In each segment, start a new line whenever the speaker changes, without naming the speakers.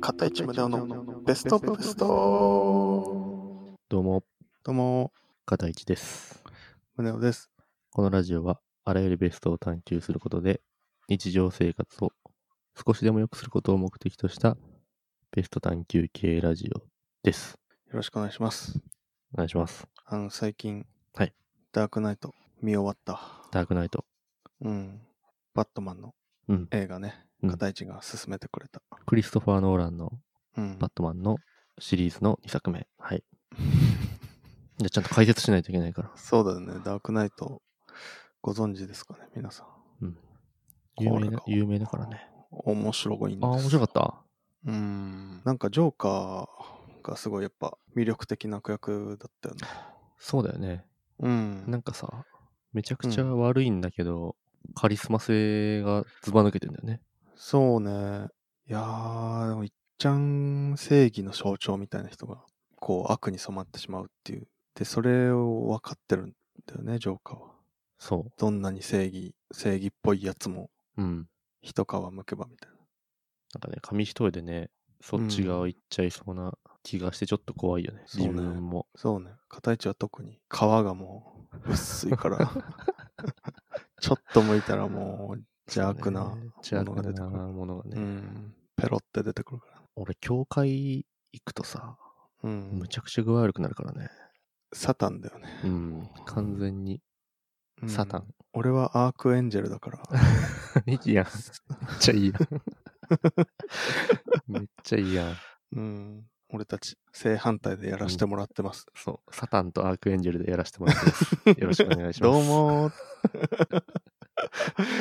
太一宗男のベストオブベスト
どうも、
どうも、
片一です。
宗男です。
このラジオは、あらゆるベストを探求することで、日常生活を少しでも良くすることを目的とした、ベスト探求系ラジオです。
よろしくお願いします。
お願いします。
あの、最近、
はい
ダークナイト見終わった。
ダークナイト。
うん。バットマンの
うん。
映画ね、
うん
片一が勧めてくれた。
クリストファー・ノーランの
うん。
バットマンのシリーズの2作目。 はい。じゃあちゃんと解説しないといけないから。
そうだよね、ダークナイト、ご存知ですかね、皆さん。
うん。有
これ
名だ
が
有名だからね。
面白いんです。
ああ、面白かった。
うん。なんか、ジョーカーがすごいやっぱ魅力的な悪役だったよね。
そうだよね。
うん。
なんかさ、めちゃくちゃ悪いんだけど、カリスマ性がずば抜けてんだよね。
そうね。いやー、でも、いっちゃん正義の象徴みたいな人が、こう、悪に染まってしまうっていう。で、それを分かってるんだよね、ジョーカーは。
そ
どんなに正義、正義っぽいやつも、
う。うん。
一皮むけばみたいな。
なんかね、紙一重でね、そっち側行っちゃいそうな気がして、ちょっと怖いよね。
そうね
自分も。
そうね。片市は特に、皮がもう、薄い から、ちょっと剥いたらもう、邪悪な
そうね邪
ものが出
悪
て
な
くる
ものがね。
うん、ペロって出てくるから。
俺、教会行くとさ、
うん
む。ちゃくちゃ具合悪くなるからね。
サタンだよね。
うん。完全に、
うん
サタン。
俺はアークエンジェルだから。
いいやん。めっちゃ いいやん。めっちゃいいやん。
うん。俺たち、正反対でやらせてもらってます。
そう。サタンとアークエンジェルでやらせてもらってます。よろしくお願いします。
どう。もー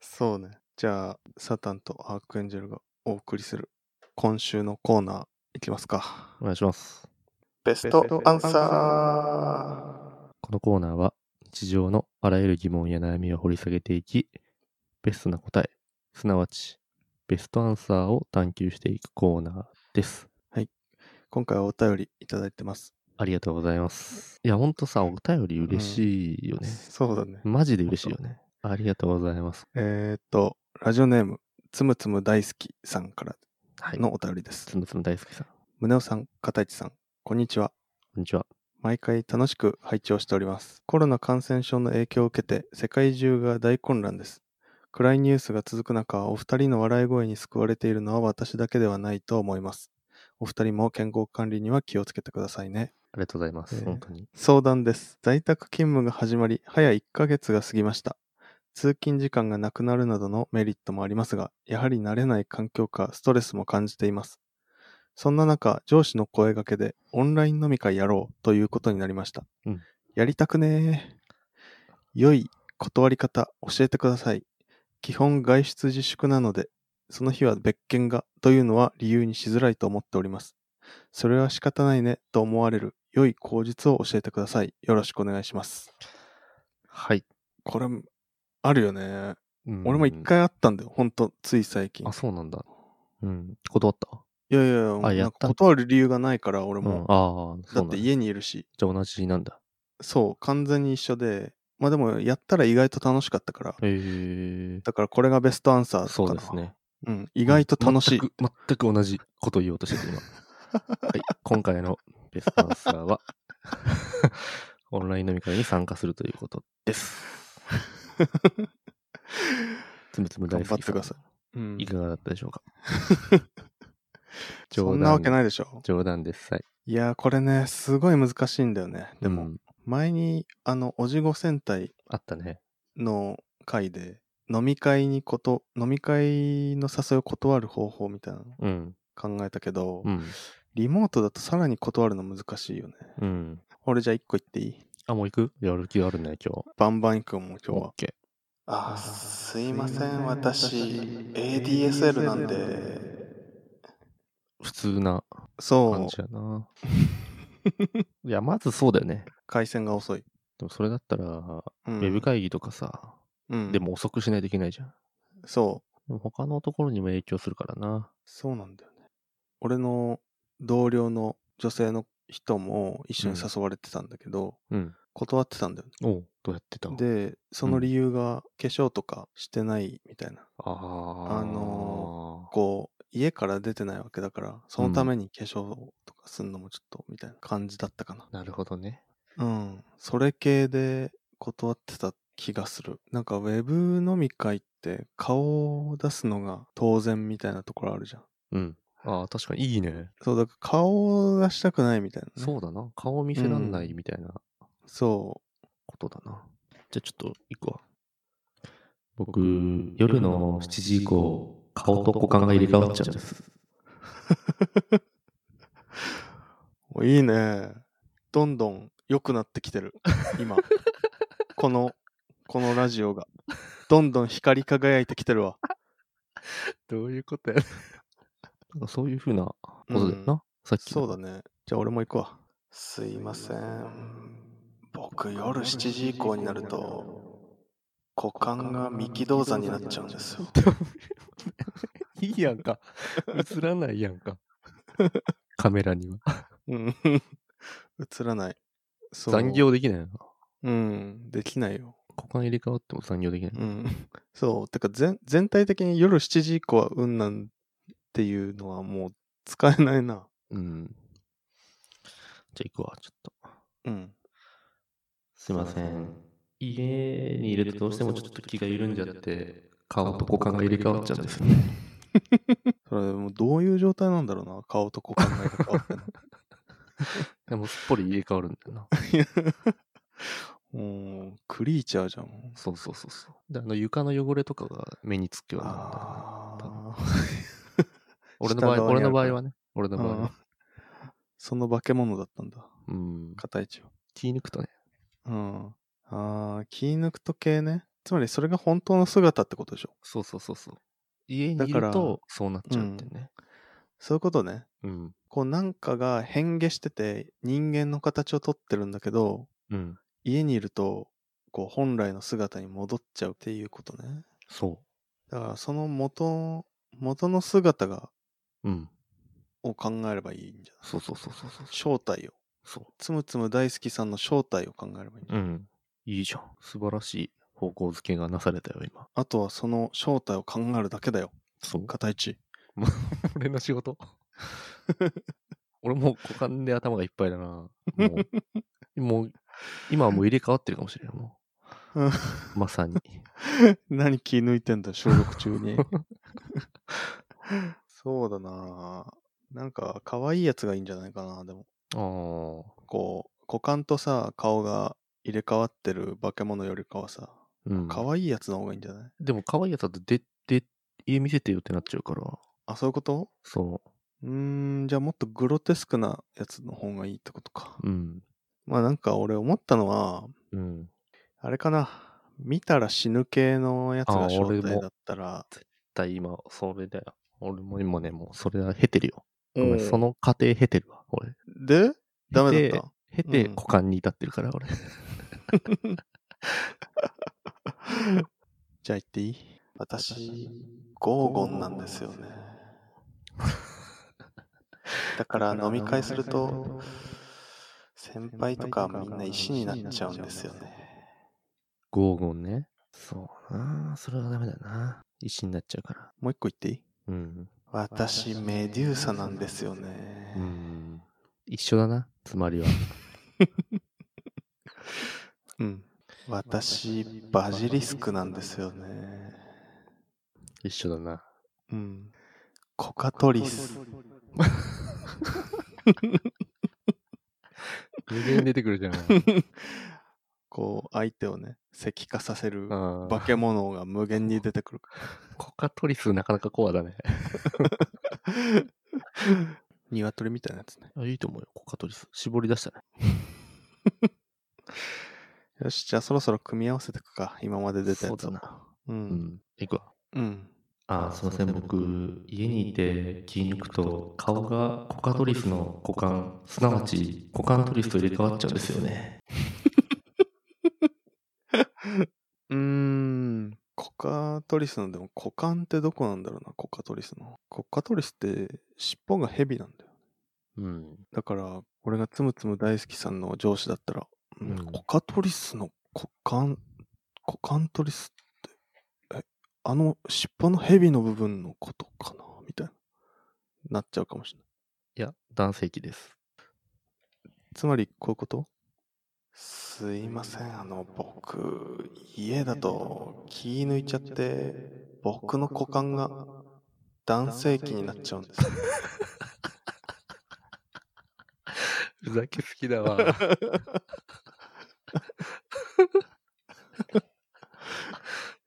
そうね。じゃあ、サタンとアークエンジェルがお送りする今週のコーナーいきますか。
お願いします。
ベストアンサ
このコーナーは日常のあらゆる疑問や悩みを掘り下げていき、ベストな答え、すなわちベストアンサーを探求していくコーナーです。
ー。今回はお便りいただいてます。
ありがとうございます。いや、ほんとさ、お便り嬉しいよね。
そうだね。
マジで嬉しいよね。ありがとうございます。
えーっと、ラジオネーム、つむつむ大好きさんから
はい。
のお便りです。
つむつむ大好きさん。こ
宗男さん、片市さん、こんにちは。
んにちは。
毎回楽しく拝聴しております。コロナ感染症の影響を受けて世界中が大混乱です。暗いニュースが続く中、お二人の笑い声に救われているのは私だけではないと思います。お二人も健康管理には気をつけてくださいね。
ありがとうございます。
えー
本当に。
相談です。在宅勤務が始まり、早1ヶ月が過ぎました。通勤時間がなくなるなどのメリットもありますが、やはり慣れない環境かストレスも感じています。そんな中、上司の声がけでオンライン飲み会やろうということになりました。
うん
やりたくねー。良い断り方教えてください。基本外出自粛なので、その日は別件がというのは理由にしづらいと思っております。それは仕方ないねと思われる良い口実を教えてください。よろしくお願いします。
はい。
これ、あるよね。
うん
俺も一。回あったんだよ。ほんと、つい最近
あ、。そうなんだ。うん。断った
いやいやいや、な
や
ん
っ
か
た
断る理由がないから、俺
う
も。
ん。あ
だっ
あ、そうな
て
んだ。
家にいるし。
じゃあ同じなんだ。
そう、完全に一緒で。まあでも、やったら意外と楽しかったから。
へえ
だからこれがベストアンサーかな。
そうですね。。
うん、意外と楽しい
全。く。全く同じこと言おうとしてて今。はい、今回のベストアンサーは、 オンライン飲み会に参加するということです。つむつむ
頑
大好きさん
張ってくださ うん
いかがだったでしょうか
そ
冗談
んなわけないでしょ。
冗談です。はい。
いやー、これね、すごい難しいんだよね。でも、
うん
前に、あの、おじご戦隊
あったね。
の回で飲み会にこと飲み会の誘いを断る方法みたいなの
うん。
考えたけど、
うん。
リモートだとさらに断るの難しいよね
うん。
俺じゃあ一個言っていい
あ、もう行くやる気があるね、今日。
バンバン行くよもう今日
オッ
は
ケー。
あすいません私 ADSL なんで
普通な
そ
感
う
じやな。 いや、まずそうだよね。
回線が遅い、
でもそれだったら、
うん、
ウェブ会議とかさ、
うん
でも遅くしないといけないじゃん。
そう
でも他のところにも影響するからな。
そうなんだよね俺の同僚の女性の人も一緒に誘われてたんだけど、
うん。
断ってたんだよね
おうどうやってた
で、その
うん
理由が化粧とかしてないみたいな。
ああ。
あのこう、家から出てないわけだから、そのために化粧とかすんのもちょっとみたいな感じだったかな。
なるほどね。
うん。それ系で断ってた気がする。なんかウェブ飲み会って顔を出すのが当然みたいなところあるじゃん。
うん。ああ、確かにいいね。
そう、だから顔を出したくないみたいな、ね。
そうだな。顔を見せらんないみたいな
そう。
ことだな。じゃあちょっと行くわ。僕、夜の7時以降、顔と股間が入れ替わっちゃうんです。
おいいね。どんどん良くなってきてる。 今。この、このラジオが。どんどん光り輝いてきてるわ。
どういうことやなんかそういうふうなことだよな。さっき
そ
の。
うだね。じゃあ俺も行くわ。すいません。僕夜7時以降になると、股間が幹動座になっちゃうんですよ。
いいやんか。映らないやん か。カメラには。
うん。映らない。そう
残。業できないよな。
うん。できないよ。
股間入れ替わっても残業できない。
うん。そう。てか全、全体的に夜7時以降はうんなんっていうのはもう使えないな。
うん。じゃあ行くわ、ちょっと。
うん。
すいません。家にいるとどうしてもちょっと気が緩んじゃって、顔と股間が入れ替わっちゃうんですよね。
それもうどういう状態なんだろうな顔と股間が変わってんの
でもすっぽり入れ替わるんだよな。
もうクリーチャー じゃんもう
そうそうそうそう。で、あの床の汚れとかが目につくようになるんだよね。
あ
多分
ー
俺の場
下
合、
側にある
俺の場合はね。俺の場合
うん
は。
その化け物だったんだ
うん。
片一は
気抜くとね。
うんあー気抜くと系ねつまりそれが本当の姿ってことでしょ
そうそうそうそう。家に
だ
い
から
るとそうなっちゃうっていうね。
そういうことね
うん。
こうなんかが変化してて人間の形をとってるんだけど
うん。
家にいるとこう本来の姿に戻っちゃうっていうことね
そ
だからその元元の姿が
う。うん。
を考えればいいんじゃない
そうそうそうそうそう。
正体を
そ
つむつむ大好きさんの正体を考えればいいんじゃ
う。う
ない
ん。いいじゃん。素晴らしい方向づけがなされたよ、今。
あとはその正体を考えるだけだよ
そ う。
片一
俺の仕事 俺もう股間で頭がいっぱいだな。も う、もう今はもう入れ替わってるかもしれない。も
うん
う まさに。
何気抜いてんだよ収録中 にそうだななんか可愛いやつがいいんじゃないかなでも
ああ、
こう股間とさ顔が入れ替わってる化け物よりかはさ
うん。
可愛いやつの方がいいんじゃない、
でも可愛いやつだと、で、で、家見せてよってなっちゃうから。
あそういうこと
そう
ーんじゃあもっとグロテスクなやつの方がいいってことか
う。うん。
まあなんか俺思ったのは
うん。
あれかな。見たら死ぬ系のやつ
あ
が
ー
正
俺
体
も
だったら、
だ今、それだよ。俺も今ね、もうそれは経てるよ。ごめん
うん
その過程経てるわ、俺。
で、ダメだっ
経て、経て
うん
股間に至ってるから、俺。
た。じゃあ言っていい私、ゴーゴンなんですよね。だから飲み会すると、先輩とかみんな石になっちゃうんですよね。
ゴーゴンね。そうなあそれはダメだな。石になっちゃうから。
もう一個言っていい
うん。
私、メデューサなんですよね
う。ん。一緒だな、つまりは。
うん。私、バジリスクなんですよね。
一緒だな。
うん。コカトリス。
無限に出てくる じゃん。
こう、相手をね、石化させる
あ
化け物が無限に出てくる。
コカトリスなかなかコアだね。
鶏みたいなやつね。
あいいと思うよ、コカトリス。絞り出したね。
よし、じゃあそろそろ組み合わせていくか。今まで出たやつを。
そうだな
う。
うんん。いくわ。
うん。
あーすいません、僕、家にいて気抜くと、顔がコカトリスの股間、すなわち股間トリスと入れ替わっちゃうんですよね。
うーん。コカトリスのでも股間ってどこなんだろうな、コカトリスの。コカトリスって尻尾が蛇なんだよ。
うん。
だから、俺がつむつむ大好きさんの上司だったら、う
うん
ん、コカトリスの股間、股間トリスって、え、あの尻尾の蛇の部分のことかなみたいな。なっちゃうかもしれない。
いや、男性器です。
つまり、こういうことすいません、あの、僕、家だと気抜いちゃって、僕の股間が男性器になっちゃうんです。
ふざけ好き だわ。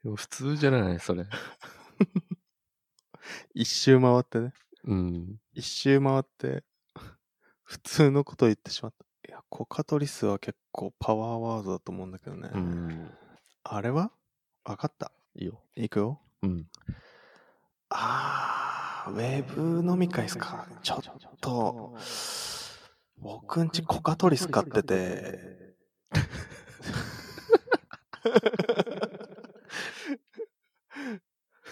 でも普通じゃない、それ。
一周回ってね。
うん。
一周回って、普通のことを言ってしまった。いや、コカトリスは結構パワーワードだと思うんだけどね。
うん。
あれはわかった。
いいよ。
いくよ。
うん。
あー、ウェブ飲み会っすか。ちょっと、僕んちコカトリス買ってて。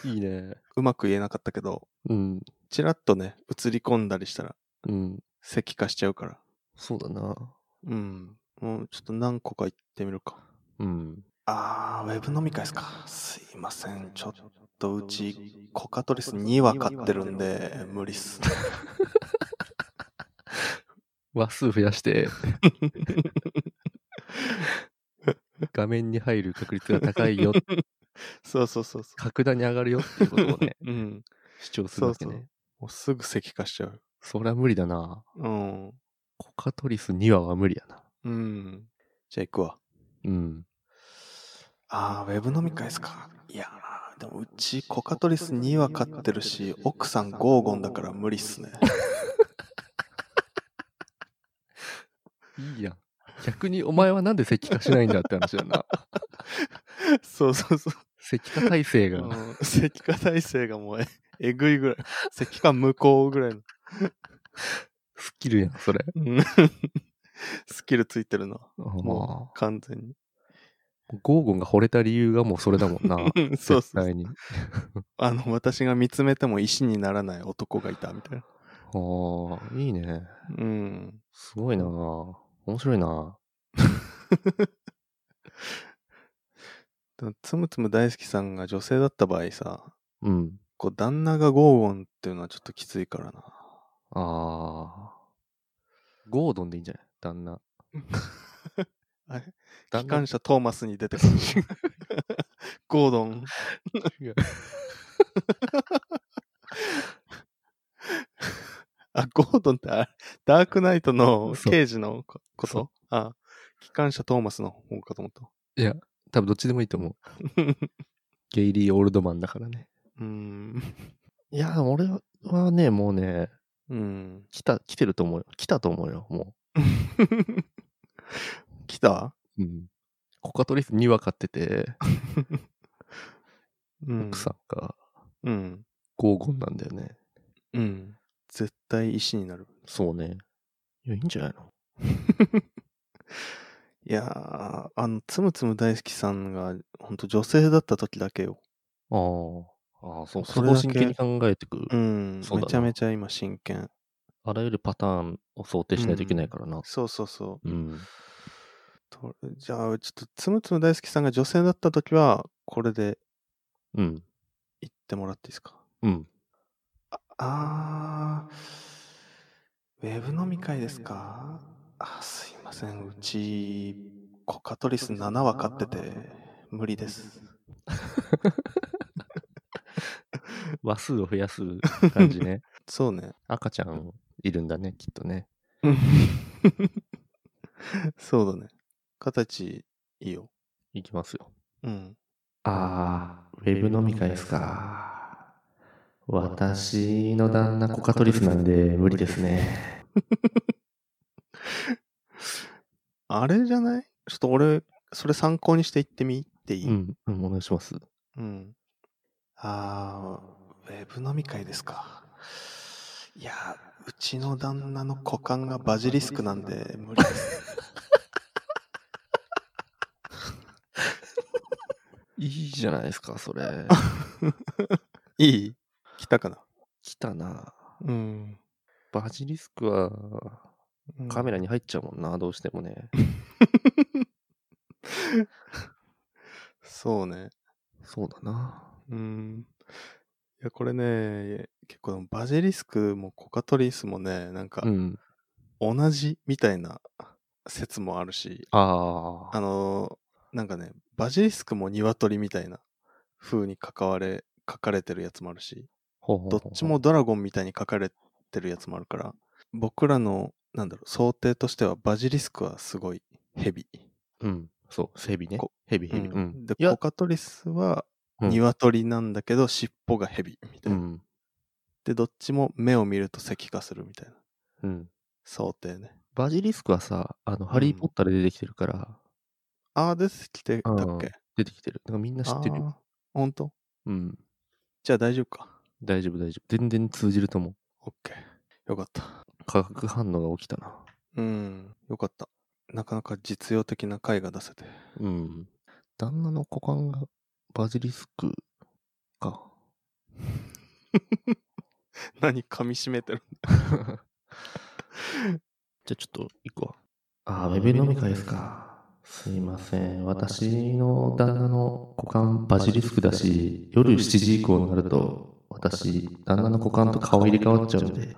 いいね。
うまく言えなかったけど、
うん。
チラッとね、映り込んだりしたら、
うん。
石化しちゃうから。
そうだな。
うん。もうちょっと何個か行ってみるか。
うん。
あー、ウェブ飲み会ですか。すいません。ちょっとうち、コカトリス2は買ってるんで、無理っすね。
話数増やして。 画面に入る確率が高いよ。
そうそうそうそ
格段に上がるよっていうことをね、
う。うん。
主張するわけね。
そ
そう
もうすぐ石化しちゃう。
りゃ無理だな。
うん。
コカトリス2話は無理やな。
うん。じゃあ行くわ。
うん。
あー、ウェブ飲み会ですか。いやー、でもうち、コカトリス2は買ってるし、奥さんゴーゴンだから無理っすね。
いいやん。逆にお前はなんで石化しないんだって話だ な。
そうそうそう。
石化体制が。
うん石化体制がもうええぐいぐらい。石化無効ぐらいの。
スキルやん、それ。
うん スキルついてるな。も
も
う完全に。
う、ゴーゴンが惚れた理由がもう それだもんな。
うんそう
絶
そう。
対に。
あの、私が見つめても石にならない男がいたみたいな。
ああ、いいね。
うん。
すごいな。面白いな。
でもつむつむ大好きさんが女性だった場合さ、
うん。
こう、旦那がゴーゴンっていうのはちょっときついからな。
ああ。ゴードンでいいんじゃない旦那。
あれ
旦
機
那
関車トーマスに出 てくる。ゴードン。
違う
あ、ゴードンってあれ、ダークナイトの
そう
刑事のここ
そう
とあ、機関車トーマスの方かと思った。
多分どっちでもいいと 思う。ゲイリー・オールドマンだからね。
うーん。
いや、俺はね、もうね、
うん。
来た、来てると思うよ。来たと思うよ、も
来た
う。うん。コカトリス2話買ってて、
うん。
奥さんが
うん。
ゴーゴンなんだよね。
うん。絶対石になる。
そうね。いや、いいんじゃないの
いやー、あの、つむつむ大好きさんが、ほんと女性だった時だけよ。
ああ。ああ、そう。
そ
そ
れ
れ
だ
を
け
真剣に考えてく、
うん。
そう
め
だな
ちゃめちゃ今真剣。
あらゆるパターンを想定しないといけないからな。
そうそうそうう。
ん。
とじゃあ、ちょっと、つむつむ大好きさんが女性だった時は、これで
うん。
言ってもらっていいですか
うん。
あー、ウェブ飲み会ですかあ、すいません。うち、コカトリス7は買ってて、無理です。
話数を増やす感じ ね。
そうね。
赤ちゃんいるんだね、きっとね。
そうだね。形、いいよ。
いきますよ。
うん。
ああ、ウェブ飲み会ですか。私の旦那コカトリスなんで無理ですね。
あれじゃないちょっと俺、それ参考にしていってみっていい、
うん、うん、お願いします。
うん。あー、ウェブ飲み会ですか。いや、うちの旦那の股間がバジリスクなんで無理です。
いいじゃないですか、それ。
いい来たかな
来たな。
うん。
バジリスクはカメラに入っちゃうもんな、どうしてもね。
そうね。
そうだな。
うん。いや、これね、結構でもバジリスクもコカトリスもね、なんか
うん。
同じみたいな説もあるし、
あ
あ
あ。
のーなんかね、バジリスクも鶏みたいな風に書かわれ、書かれてるやつもあるし、
ほうほうほ
ど
う
っちも。ドラゴンみたいに書かれてるやつもあるから、僕らの、なんだろう、想定としてはバジリスクはすごいヘビ。
うん。そう。ヘビね
こ。
ヘビヘビ。
う
うんん。
で、
いや
コカトリスは
うん
鶏なんだけど、尻尾がヘビみた
う
いな。
ん。
で、どっちも目を見ると石化するみたいな
うん。
想定ね。
バジリスクはさ、あの、ハリー・ポッターで出てきてるから、
ああ、出てきてた
う
っ
ん
け
出てきてる。なんかみんな知ってるよ。
あーほんと
うん。
じゃあ大丈夫か。
大丈夫、大丈夫。全然通じると思う。
オッケー。よかった。
化学反応が起きたな。
うん、よかった。なかなか実用的な回が出せて。
うん。旦那の股間がバジリスクか。
何噛み締めてる
じゃあちょっと行くわ。あ
あ
ー、
ーウ
ウェ
ェ
ブ
ブ
飲
飲
み
み
会
会
で
ですす
か
か。
すいません。私の旦那の股間バジリスクだし、夜7時以降になると、私、旦那の股間と顔入れ替わっちゃうんで。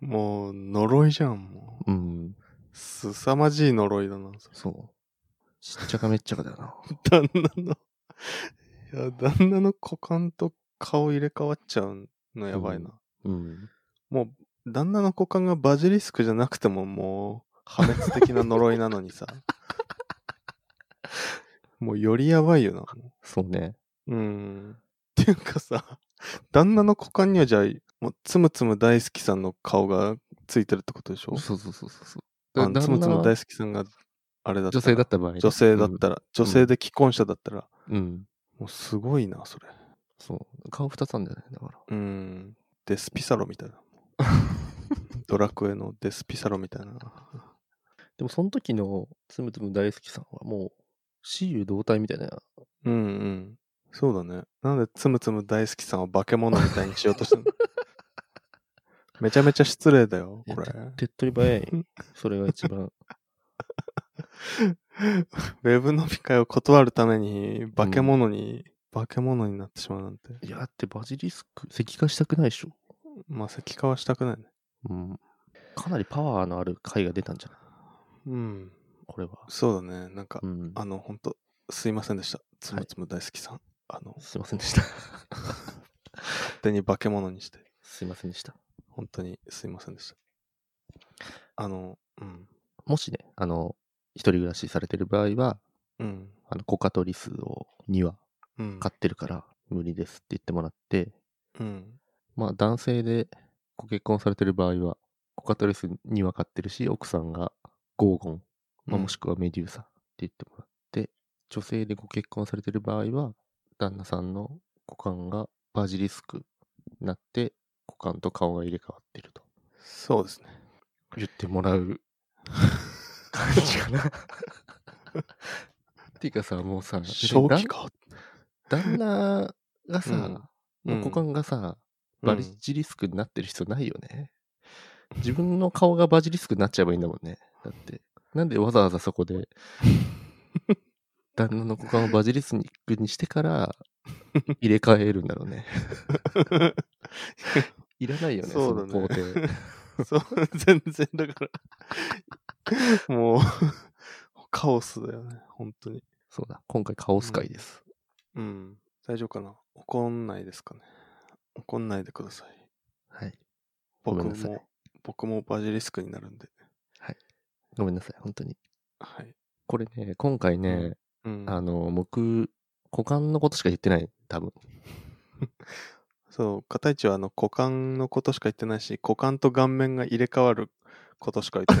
もう、呪いじゃん、もう。
うん。
すさまじい呪いだな、それ
そう。しっちゃかめっちゃかだよな。
旦那のいや、旦那の股間と顔入れ替わっちゃうのやばいな。
うん。
もう、旦那の股間がバジリスクじゃなくてももう、破滅的な呪いなのに さ。もう、よりやばいよな。も
そうね。
ううん。っていうかさ、旦那の股間にはじゃあ、もう、つむつむ大好きさんの顔がついてるってことでしょ
そうそうそうそう。
あのつむつむ大
好
好きさんが、あれだったら
女性だった場合ね。
女性だったら、女性で既婚者だったら、
うん。うん。
もうすごいな、それ。
そう。顔二つあんだよね。だから。
うん。デスピサロみ たいな。ドラクエのデスピサロみたいな。
でもその時のつむつむ大好きさんはもう、雌雄同体みたいな。
うんうん。そうだね。なんでつむつむ大好きさんを化け物みたいにしようとして るのめちゃめちゃ失礼だよ、これ。
手っ取り早い。 それが一番。
ウェブ飲み会を断るために化け物に、化け物になってしまうなんて。
いや、だってバジリスク、石化したくないでしょ。
まあ、石化はしたくないね。
うん。かなりパワーのある回が出たんじゃない
うん。
これは。
そうだね。なんか、
うん。
あの、ほんと、すいませんでした。つむつむ大好きさん。あ の、
すいませんでした。
勝手に化け物にして、
すいませんでした。
本当にすいませんでした。あの、うん、
もしね、あの、一人暮らしされてる場合は、
うん、
あの、コカトリスを2羽
うん、
飼ってるから無理ですって言ってもらって、
うん、
まあ男性でご結婚されてる場合は、コカトリスには飼ってるし、奥さんがゴーゴン、まあ、
うん
もしくはメデューサって言ってもらって、女性でご結婚されてる場合は、旦那さんの股間がバジリスクになって、股間と顔が入れ替わってると
そうですね。
言ってもらう感じかな。 っていうかさ、もうさ、
正気か。
旦旦那がさ、
うん
もう股間がさ、
うん
バジリスクになってる必要ないよね。自分の顔がバジリスクになっちゃえばいいんだもんね。だって。なんでわざわざそこで、旦那の股間をバジリスクにしてから、入れ替えるんだろうね。 いらないよね、
そうだね
の工程。
そう、 全然だから、もう、カオスだよね、本当に。
そうだ、今回カオス会です。
うん、大丈夫かな怒んないですかね。怒んないでください。
はい。ごめ
僕
んなさい
も、僕もバジリスクになるんで。
ごめんなさい、本当に。
はい。
これね、今回ね、
うん、
あの、僕、股間のことしか言ってない、多分。
そう、片市はあの股間のことしか言ってないし、股間と顔面が入れ替わることしか言って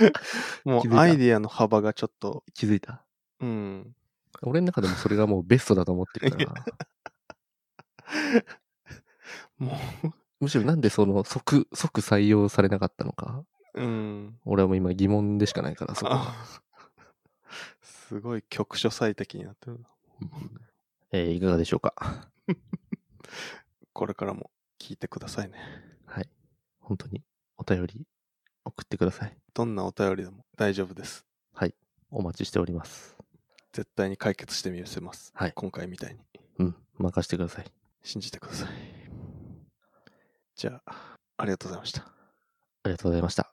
な い。も
気づいうた
アイディアの幅がちょっと、
気づいた
うん。
俺の中でもそれがもうベストだと思ってるから。
も
むしろなんでその即、即採用されなかったのか。
う、うん。
俺はもう今疑問でしかないから、そこは。
あ すごい局所最適になってるな。
えーいかがでしょうか。
これからも聞いてくださいね。
はい。本当にお便り送ってください。
どんなお便りでも大丈夫です。
お待ちしております。
絶対に解決してみせます。
はい
今回みたいに。
任してください。
信じてください。じゃあ、ありがとうございました。
ありがとうございました。